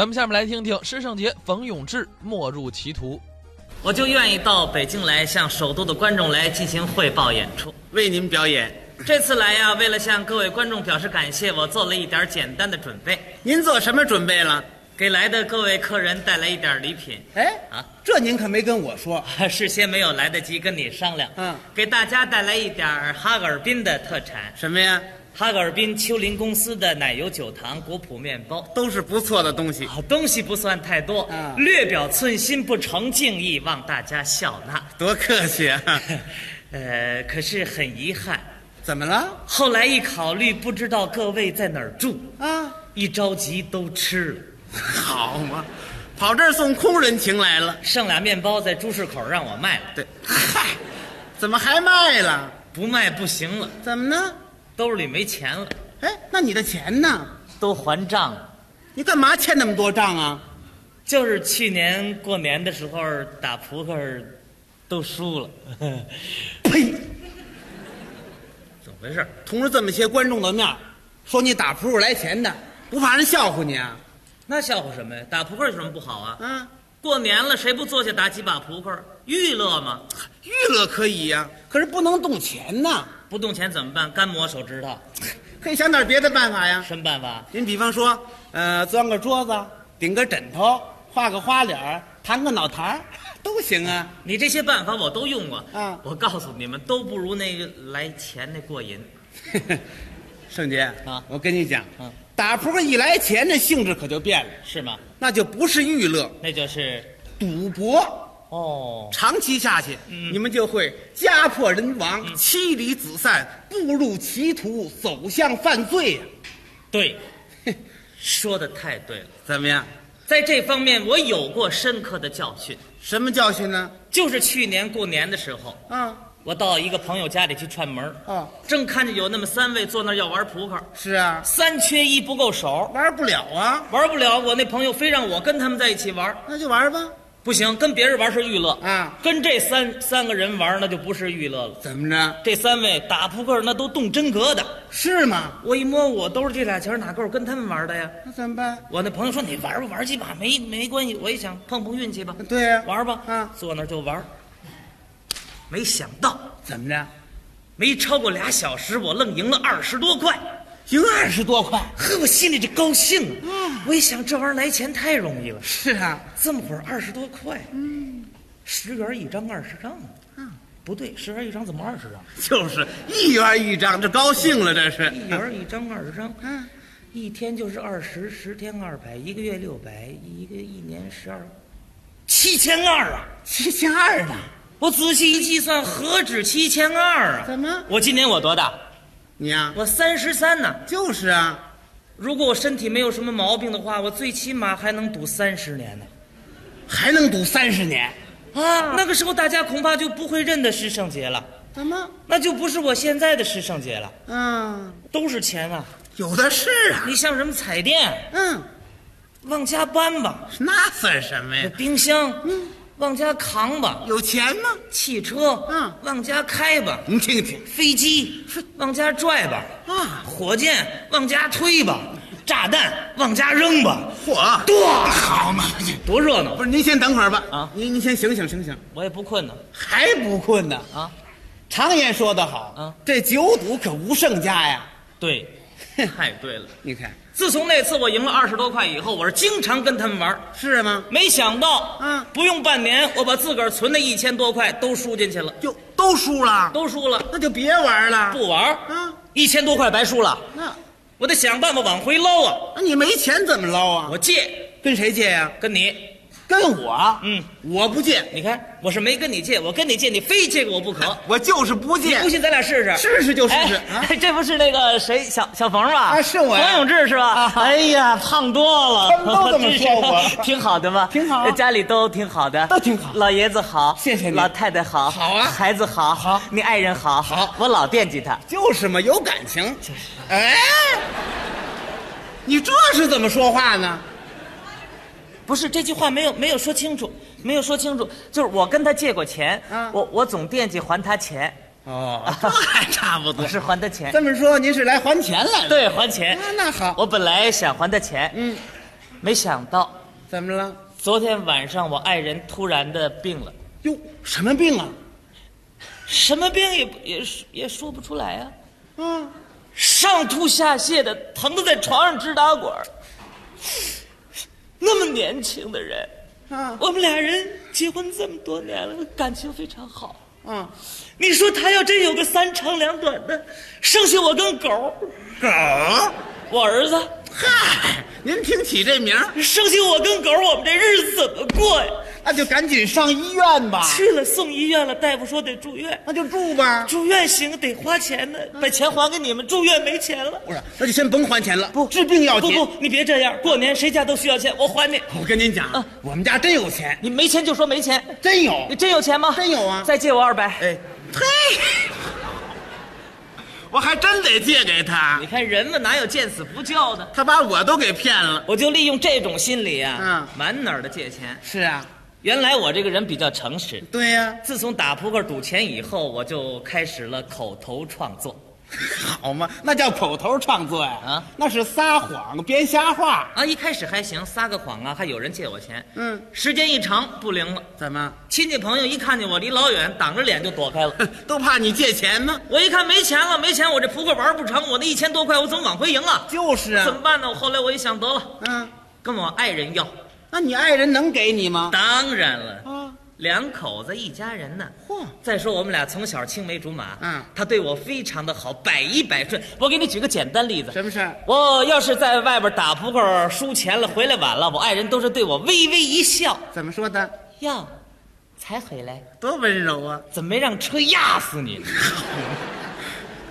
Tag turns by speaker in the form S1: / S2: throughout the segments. S1: 咱们下面来听听师胜杰、冯永志没入歧途。
S2: 我就愿意到北京来，向首都的观众来进行汇报演出。
S3: 为您表演。
S2: 这次来呀，为了向各位观众表示感谢，我做了一点简单的准备，
S3: 您做什么准备了？
S2: 给来的各位客人带来一点礼品。
S3: 哎
S2: 啊，
S3: 这您可没跟我说。
S2: 事先没有来得及跟你商量，
S3: 嗯
S2: 给大家带来一点儿哈尔滨的特产，
S3: 什么呀？
S2: 哈尔滨丘陵公司的奶油酒糖、果脯面包。
S3: 都是不错的东西。
S2: 好东西不算太多，
S3: 啊
S2: 略表寸心不成敬意，望大家笑纳。
S3: 多客气 啊！
S2: 呃，可是很遗憾，
S3: 怎么了？
S2: 后来一考虑，不知道各位在哪儿住，
S3: 啊，
S2: 一着急都吃了。
S3: 好嘛，跑这儿送空人情来了。
S2: 剩俩面包在朱市口让我卖了，
S3: 对，嗨，怎么还卖了？
S2: 不卖不行了，
S3: 怎么呢？
S2: 兜里没钱了，
S3: 哎，那你的钱呢？
S2: 都还账了。
S3: 你干嘛欠那么多账啊？
S2: 就是去年过年的时候打扑克儿都输了，
S3: 呸！
S2: 怎么回事？
S3: 同着这么些观众的面儿，说你打扑克来钱的，不怕人笑话你啊？
S2: 那笑话什么呀？打扑克有什么不好啊？
S3: 啊，
S2: 过年了，谁不坐下打几把扑克儿娱乐嘛？
S3: 娱乐可以呀、可是不能动钱呐。
S2: 不动钱怎么办？干磨手指头，
S3: 可以想点别的办法呀。
S2: 什么办法？
S3: 您比方说，呃，钻个桌子，顶个枕头，画个花脸儿，弹个脑台儿， 都行啊。
S2: 你这些办法我都用过。
S3: 啊
S2: 我告诉你们，都不如那个来钱那过瘾。
S3: 圣杰
S2: 啊
S3: 我跟你讲，
S2: 嗯
S3: 打扑克一来钱，那性质可就变了，
S2: 是吗？
S3: 那就不是娱乐，
S2: 那就是
S3: 赌博。
S2: 哦，
S3: 长期下去，
S2: 嗯
S3: 你们就会家破人亡、妻离子散，步入歧途，走向犯罪啊呀、
S2: 对， 说的太对了，
S3: 怎么样？
S2: 在这方面我有过深刻的教训，
S3: 什么教训呢？
S2: 就是去年过年的时候，
S3: 啊
S2: 我到一个朋友家里去串门儿
S3: 啊，
S2: 正看见有那么三位坐那儿要玩扑克，
S3: 是啊，
S2: 三缺一不够手，
S3: 玩不了啊，
S2: 玩不了。我那朋友非让我跟他们在一起玩，
S3: 那就玩吧。
S2: 不行，跟别人玩是娱乐
S3: 啊，
S2: 跟这三三个人玩那就不是娱乐了。
S3: 怎么着？
S2: 这三位打扑克那都动真格的，
S3: 是吗？
S2: 我一摸我兜里这俩钱儿哪够跟他们玩的呀？
S3: 那怎么办？
S2: 我那朋友说你玩吧，玩几把没没关系，我也想碰碰运气 吧，
S3: 对呀、
S2: 玩吧，
S3: 啊
S2: 坐那儿就玩。没想到，
S3: 怎么着？
S2: 没超过俩小时，我愣赢了二十多块，
S3: 赢二十多块。
S2: 呵，我心里这高兴啊！我一想这玩意儿来钱太容易了，
S3: 是啊，
S2: 这么会儿二十多块，嗯，十元一张，二十张啊，不对，十元一张怎么二十张？
S3: 就是一元一张，这高兴了，这是。
S2: 一元一张，二十张，嗯，一天就是二十，十天二百，一个月六百，一个一年十二，七千二啊！
S3: 七千二呢？
S2: 我仔细一计算，何止七千二啊！
S3: 怎么
S2: 我今年我多大？
S3: 你呀、
S2: 我三十三呢。
S3: 就是啊，
S2: 如果我身体没有什么毛病的话，我最起码还能赌三十年呢。
S3: 还能赌三十年？
S2: 啊，那个时候大家恐怕就不会认得师胜杰了，
S3: 怎么？
S2: 那就不是我现在的师胜杰了，
S3: 嗯，
S2: 都是钱啊！
S3: 有的是啊。
S2: 你像什么彩电、
S3: 嗯，
S2: 往家搬吧，
S3: 那算什么呀？
S2: 冰箱，往家扛吧，
S3: 有钱吗？
S2: 汽车，
S3: 嗯
S2: 往家开吧，
S3: 您听听
S2: 飞机往家拽吧，
S3: 啊，
S2: 火箭往家推吧，炸弹往家扔吧，
S3: 嚯，多好嘛！
S2: 多热闹
S3: 不！是，您先等会儿吧。
S2: 啊
S3: 您您先醒醒醒醒，
S2: 我也不困呢
S3: 还不困呢？
S2: 啊。
S3: 常言说得好，
S2: 啊
S3: 这九赌可无胜家呀。
S2: 对，太对了。
S3: 你看
S2: 自从那次我赢了二十多块以后，我是经常跟他们玩儿。
S3: 是吗？
S2: 没想到，
S3: 嗯
S2: 不用半年，我把自个儿存的一千多块都输进去了，
S3: 就都输了，
S2: 都输了，
S3: 那就别玩了。
S2: 不玩儿，
S3: 啊，
S2: 一千多块白输了，
S3: 那
S2: 我得想办法往回捞啊！
S3: 那你没钱怎么捞啊？
S2: 我借
S3: 跟谁借呀、
S2: 跟你，
S3: 跟我，
S2: 嗯，
S3: 我不借，
S2: 你看我是没跟你借，我跟你借，你非借给我不可。
S3: 我就是不
S2: 你
S3: 借
S2: 不。信，咱俩试试，
S3: 试试就试试
S2: 哎
S3: 啊
S2: 哎这不是那个谁，小小冯吧？
S3: 啊是我呀啊
S2: 冯永志是吧？哎呀，胖多了，
S3: 他们都这么说我
S2: 真是 挺好的嘛，
S3: 挺好啊
S2: 家里都挺好的，
S3: 都挺好
S2: 老爷子好，
S3: 谢谢你
S2: 老太太好，
S3: 好啊
S2: 孩子好，
S3: 好
S2: 你爱人好，
S3: 好
S2: 我老惦记他。
S3: 就是嘛，有感情。哎，你这是怎么说话呢？
S2: 不是这句话没有没有说清楚，没有说清楚，就是我跟他借过钱，
S3: 啊
S2: 我我总惦记还他钱，
S3: 哦，这还差不多
S2: 我。是还他钱，
S3: 这么说，您是来还钱来了？哎
S2: 对，还钱。
S3: 啊，那好，
S2: 我本来想还他钱，
S3: 嗯，
S2: 没想到
S3: 怎么了？
S2: 昨天晚上我爱人突然的病了，
S3: 哟，什么病啊？
S2: 什么病也不也说也说不出来啊，
S3: 啊，
S2: 上吐下泻的，疼的在床上直打滚儿。那么年轻的人，
S3: 啊
S2: 我们俩人结婚这么多年了，感情非常好。
S3: 啊！
S2: 你说他要真有个三长两短的，剩下我跟狗儿，
S3: 狗儿，
S2: 我儿子，
S3: 嗨，您听起这名儿，
S2: 剩下我跟狗儿，我们这日子怎么过呀？
S3: 那就赶紧上医院吧，
S2: 去了送医院了，大夫说得住院，
S3: 那就住吧。
S2: 住院行得花钱呢，把钱还给你们，住院没钱了。
S3: 不是，那就先甭还钱了，不治病要
S2: 不
S3: 紧。
S2: 不，你别这样，过年谁家都需要钱，我还你。
S3: 我跟您讲，我们家真有钱，
S2: 你没钱就说没钱，
S3: 真有
S2: 你。真有钱吗？
S3: 真有啊
S2: 再借我二百。
S3: 哎，嘿，我还真得借给他
S2: 你，看人嘛，哪有见死不救的？
S3: 他把我都给骗了。
S2: 我就利用这种心理啊，
S3: 嗯
S2: 满哪儿的借钱。
S3: 是啊，
S2: 原来我这个人比较诚实，
S3: 对呀、
S2: 自从打扑克赌钱以后，我就开始了口头创作。
S3: 好嘛，那叫口头创作呀、
S2: 啊
S3: 那是撒谎编瞎话。
S2: 啊，一开始还行，撒个谎啊，还有人借我钱。
S3: 嗯，
S2: 时间一长不灵了，
S3: 怎么
S2: 亲戚朋友一看见我离老远，挡着脸就躲开了。
S3: 都怕你借钱吗？
S2: 我一看没钱了，没钱，我这扑克玩不成，我那一千多块我怎么往回赢啊？
S3: 就是啊
S2: 怎么办呢？我后来我一想，得了，
S3: 嗯，
S2: 跟我爱人要。
S3: 那你爱人能给你吗？
S2: 当然了，
S3: 啊，
S2: 两口子一家人呢。
S3: 嚯，
S2: 再说我们俩从小青梅竹马，
S3: 嗯
S2: 他对我非常的好，百依百顺。我给你举个简单例子，
S3: 什么事儿？
S2: 我要是在外边打扑克输钱了，回来晚了，我爱人都是对我微微一笑，
S3: 怎么说的？
S2: 呀，才回来，
S3: 多温柔啊！
S2: 怎么没让车压死你呢？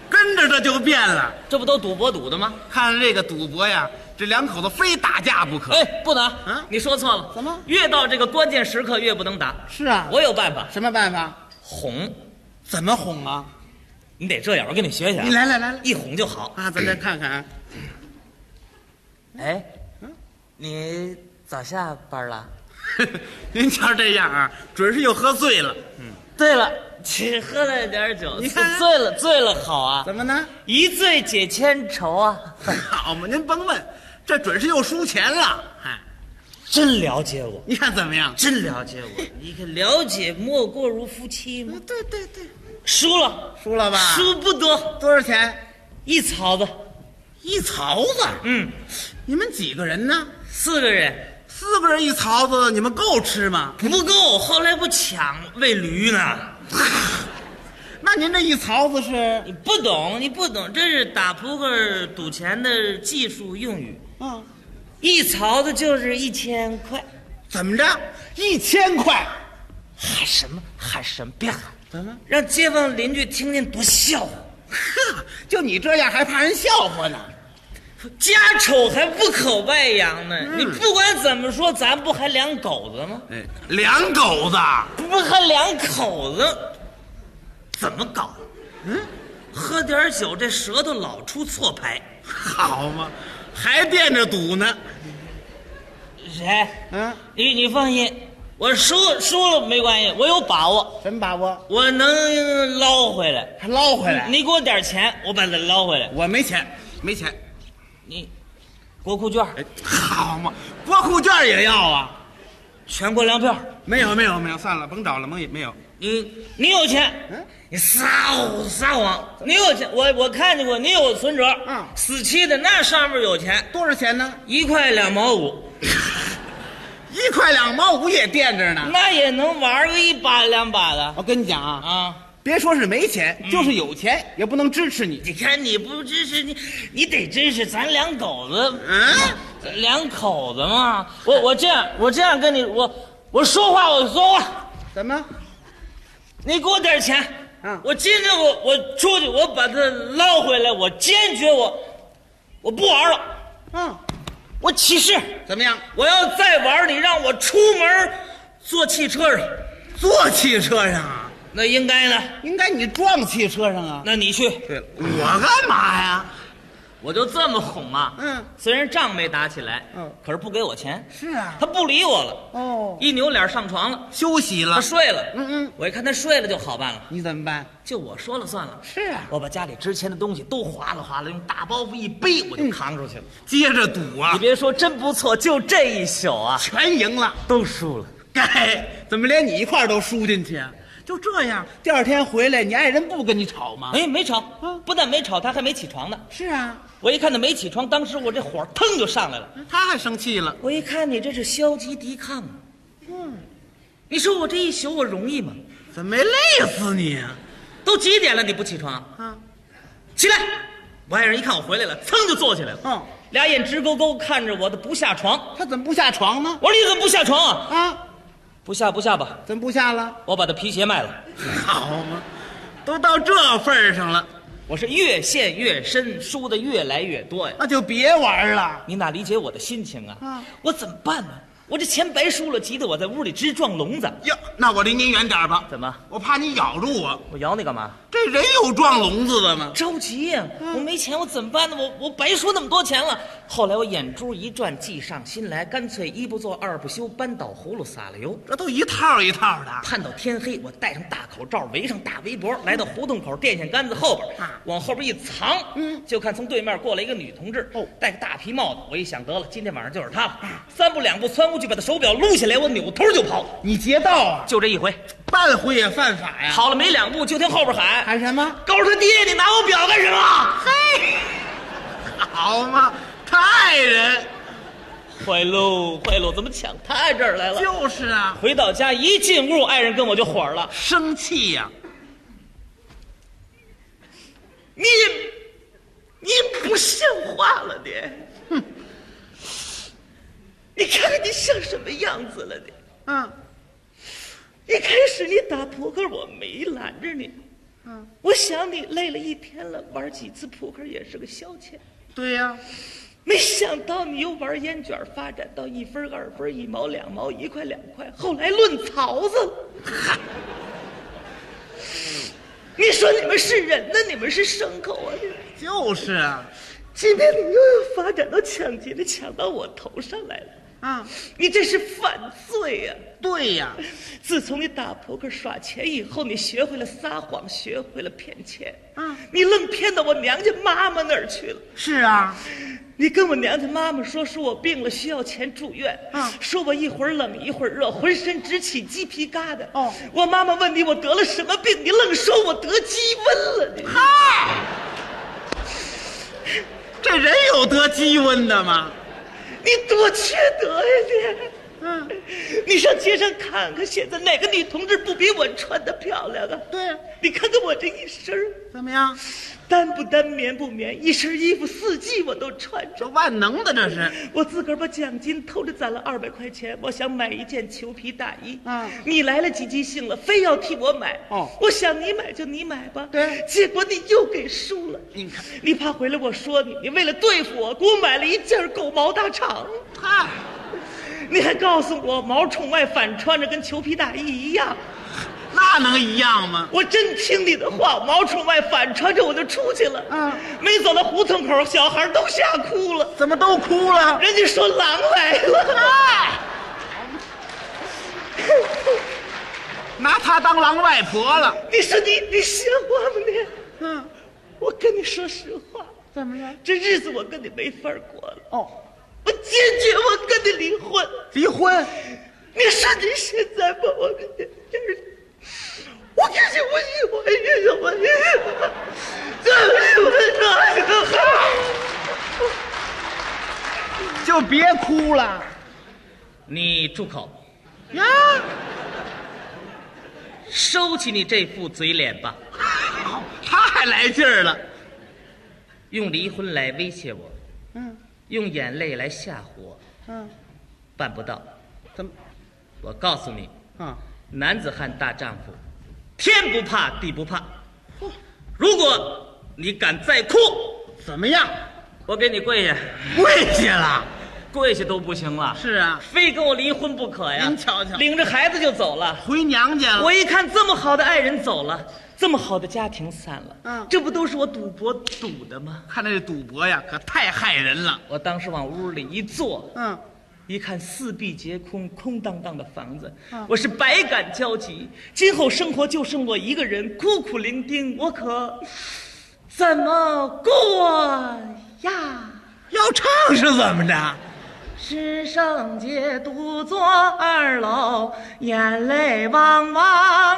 S3: 跟着这就变了。
S2: 这不都赌博赌的吗？
S3: 看这个赌博呀，这两口子非打架不可。
S2: 哎，不能
S3: 啊
S2: 你说错了。
S3: 怎么
S2: 越到这个关键时刻越不能打？
S3: 是啊
S2: 我有办法，
S3: 什么办法？
S2: 哄。
S3: 怎么哄啊？
S2: 你得这样，我跟你学学啊。
S3: 你来来来来
S2: 一哄就好。
S3: 啊，咱再看看啊。
S2: 哎，
S3: 嗯
S2: 你早下班了？
S3: 您瞧这样啊，准是又喝醉了。
S2: 对了，只喝了点酒，
S3: 你看
S2: 醉了醉了好啊，
S3: 怎么呢？
S2: 一醉解千愁啊！
S3: 好嘛，您甭问，这准是又输钱了。嗨，
S2: 真了解我，
S3: 你看怎么样？
S2: 真了解我，你看了解莫过如夫妻吗？
S3: 对对对，
S2: 输了，
S3: 输了吧？
S2: 输不多，
S3: 多少钱？
S2: 一槽子，
S3: 一槽子。
S2: 嗯，
S3: 你们几个人呢？
S2: 四个人。
S3: 四个人一槽子，你们够吃吗？
S2: 不够，后来不抢喂驴呢？
S3: 那您这一槽子是？
S2: 你不懂，你不懂，这是打扑克赌钱的技术用语。
S3: 嗯，
S2: 一槽子就是一千块，
S3: 怎么着？一千块？
S2: 喊什么喊什么？别喊，
S3: 怎么？
S2: 让街坊邻居听见多笑话。
S3: 呵，就你这样还怕人笑话呢？
S2: 家丑还不可外扬呢。你不管怎么说，咱不还两狗子吗？
S3: 哎，两狗子，
S2: 不还两口子？怎么搞？嗯，喝点酒这舌头老出错牌。
S3: 好嘛，还惦着赌呢。
S2: 谁？
S3: 嗯，
S2: 你你放心，我输输了没关系，我有把握，
S3: 什么把握？
S2: 我能捞回来。
S3: 还捞回来？
S2: 你给我点钱，我把它捞回来。
S3: 我没钱，没钱。
S2: 你，国库券、
S3: 哎，好嘛，国库券也要啊？
S2: 全国粮票，
S3: 没有，没有，没有，算了，甭找了，没没有。
S2: 你你有钱，嗯你撒谎撒谎，你有钱，我我看见过，你有存折，
S3: 嗯
S2: 死期的那上面有钱，
S3: 多少钱呢？
S2: 一块两毛五，
S3: 一块两毛五也惦着呢。
S2: 那也能玩个一把两把的
S3: 我跟你讲啊，
S2: 啊！
S3: 别说是没钱，就是有钱也不能支持你。
S2: 你看你不支持你，你得支持咱两口子。
S3: 嗯，
S2: 两口子嘛，我我这样，我这样跟你，我我说话我说话，
S3: 怎么？
S2: 你给我点钱，
S3: 嗯
S2: 我今天我我出去，我把它捞回来，我坚决我我不玩了，
S3: 嗯，
S2: 我起誓，
S3: 怎么样？
S2: 我要再玩，你让我出门坐汽车上，
S3: 坐汽车上啊？
S2: 那应该呢？
S3: 应该你撞汽车上啊？
S2: 那你去，
S3: 对了，我干嘛呀？
S2: 我就这么哄啊。
S3: 嗯
S2: 虽然仗没打起来，
S3: 嗯
S2: 可是不给我钱，
S3: 是啊
S2: 他不理我了，
S3: 哦，
S2: 一扭脸上床了，
S3: 休息了
S2: 他，睡了。
S3: 嗯嗯，
S2: 我一看他睡了就好办了，
S3: 你怎么办？
S2: 就我说了算了。
S3: 是啊，
S2: 我把家里值钱的东西都哗啦哗啦用大包袱一背，我
S3: 嗯
S2: 就扛出去了。
S3: 接着赌啊
S2: 你，别说，真不错，就这一宿啊，
S3: 全赢了。
S2: 都输了。
S3: 该哎怎么连你一块儿都输进去啊？就这样，第二天回来，你爱人不跟你吵吗？
S2: 哎，没吵，
S3: 啊
S2: 不但没吵，他还没起床呢。
S3: 是啊，
S2: 我一看他没起床，当时我这火腾就上来了。
S3: 他还生气了。
S2: 我一看你这是消极抵抗啊，嗯，你说我这一宿我容易吗？
S3: 怎么没累死你啊？
S2: 都几点了你不起床？
S3: 啊，
S2: 起来！我爱人一看我回来了，噌就坐起来了，
S3: 嗯，
S2: 俩眼直勾勾看着我的不下床。
S3: 他怎么不下床呢？
S2: 我说你怎么不下床啊？
S3: 啊，
S2: 不下不下吧，
S3: 怎么不下了？
S2: 我把他皮鞋卖了。
S3: 好嘛，都到这份儿上了，
S2: 我是越陷越深，输的越来越多呀。
S3: 那就别玩了。
S2: 你哪理解我的心情啊？
S3: 啊
S2: 我怎么办呢？我这钱白输了，急得我在屋里直撞聋子。
S3: 哟，那我离您远点儿吧。
S2: 怎么？
S3: 我怕你咬住我。
S2: 我咬你干嘛？
S3: 这人有撞笼子的吗？
S2: 着急呀、
S3: 嗯
S2: 我没钱，我怎么办呢？我我白输那么多钱了。后来我眼珠一转，计上心来，干脆一不做二不休，扳倒葫芦撒了油。
S3: 这都一套一套的。
S2: 盼到天黑，我戴上大口罩，围上大围脖，来到胡同口电线杆子后边，
S3: 啊
S2: 往后边一藏，
S3: 嗯
S2: 就看从对面过来一个女同志，
S3: 哦啊
S2: 戴个大皮帽子。我一想，得了，今天晚上就是她了。三步两步窜过去，把她手表撸下来，我扭头就跑。
S3: 你劫道啊，
S2: 就这一回，
S3: 半回也犯法呀。，
S2: 跑了没两步，就听后边喊
S3: 喊什么？：“
S2: 告诉他爹，你拿我表干什么
S3: 嘿，好嘛，他爱人？”
S2: 坏喽，坏喽，怎么抢他这儿来了？
S3: 就是啊，
S2: 回到家一进屋，爱人跟我就火了：“
S3: 生气呀、
S2: 你，你不像话了你！你看看你像什么样子了你！
S3: 嗯，
S2: 一开始你打扑克我没拦着你，嗯，我想你累了一天了，玩几次扑克也是个消遣。
S3: 对呀、
S2: 没想到你又玩烟卷，发展到一分、二分、一毛、两毛、一块、两块，后来论曹子了。 你说你们是人呢？你们是牲口啊！你们
S3: 就是啊，
S2: 今天你又要发展到抢劫，你抢到我头上来了，
S3: 啊，
S2: 你这是犯罪呀、
S3: 对呀、
S2: 自从你打扑克耍钱以后，你学会了撒谎，学会了骗钱，
S3: 嗯，
S2: 你愣骗到我娘家妈妈那儿去了。
S3: 是啊，
S2: 你跟我娘家妈妈说，说我病了，需要钱住院。
S3: 嗯
S2: 说我一会儿冷一会儿热，浑身直起鸡皮疙瘩。
S3: 哦
S2: 我妈妈问你我得了什么病，你愣说我得鸡瘟了。你
S3: 嗨，这人有得鸡瘟的吗？
S2: 你多缺德呀你！
S3: 嗯，
S2: 你上街上看看，现在哪个女同志不比我穿的漂亮啊？
S3: 对呀
S2: 你看看我这一身儿
S3: 怎么样？
S2: 单不单，棉不棉，一身衣服四季我都穿着。
S3: 这万能的这是，
S2: 我自个儿把奖金偷着攒了二百块钱，我想买一件裘皮大衣。
S3: 嗯
S2: 你来了积极性了，非要替我买。
S3: 哦
S2: 我想你买就你买吧。
S3: 对
S2: 结果你又给输了。
S3: 你看，
S2: 你怕回来我说你，你为了对付我，给我买了一件狗毛大氅，
S3: 嗨，
S2: 你还告诉我毛虫外反穿着跟裘皮大衣一样。
S3: 那能一样吗？
S2: 我真听你的话，毛虫外反穿着我就出去了。
S3: 嗯
S2: 没走到胡同口，小孩都吓哭了，
S3: 怎么都哭了？
S2: 人家说狼来了。
S3: 拿他当狼外婆了？
S2: 你说你你像话吗你？
S3: 嗯，
S2: 我跟你说实话，
S3: 怎么了？
S2: 这日子我跟你没法过了，
S3: 哦，
S2: 我坚决我跟你离婚。
S3: 离婚？
S2: 你说你现在把我们这这儿，我跟你我一我一我一我，这我这个
S3: 就别哭了
S2: 你住口，
S3: 呀！
S2: 收起你这副嘴脸吧，
S3: 好，他还来劲儿了。
S2: 用离婚来威胁我，
S3: 嗯
S2: 用眼泪来吓唬我，
S3: 嗯，
S2: 办不到。
S3: 怎么？
S2: 我告诉你，
S3: 啊，
S2: 男子汉大丈夫，天不怕地不怕。如果你敢再哭，
S3: 怎么样？
S2: 我给你跪下，
S3: 跪下了，
S2: 跪下都不行了，
S4: 是啊，
S2: 非跟我离婚不可呀！
S4: 您瞧瞧
S2: 领着孩子就走了。
S4: 回娘家了。
S2: 我一看这么好的爱人走了，这么好的家庭散了，
S4: 嗯
S2: 这不都是我赌博赌的吗？
S4: 看这赌博呀，可太害人了。
S2: 我当时往屋里一坐，
S4: 嗯，
S2: 一看四壁皆空，空荡荡的房子，我是百感交集。今后生活就剩我一个人，孤苦伶仃，我可怎么过呀？
S4: 要唱是怎么着？
S2: 师圣姐独坐二楼，眼泪汪汪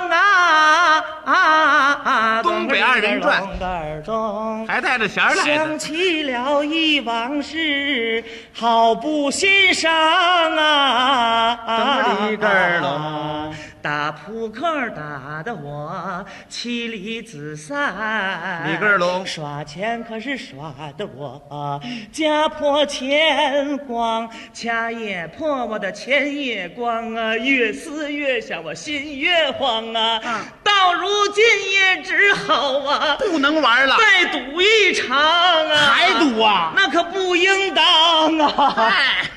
S2: 啊啊啊！
S4: 东北二人转
S2: 咚咚咚
S4: 还带着弦儿来
S2: 想
S4: 的。
S2: 起了忆往事，好不心伤啊！
S4: 噔里个儿隆
S2: 打扑克打的我妻离子散，
S4: 里个儿隆
S2: 耍钱可是耍的我家破钱光，掐也破我的钱也光啊，越思越想我心越慌啊，到如今也只好啊。
S4: 不能 玩了，
S2: 再赌一场啊！
S4: 还赌啊
S2: 那可不应当啊！
S4: 嗨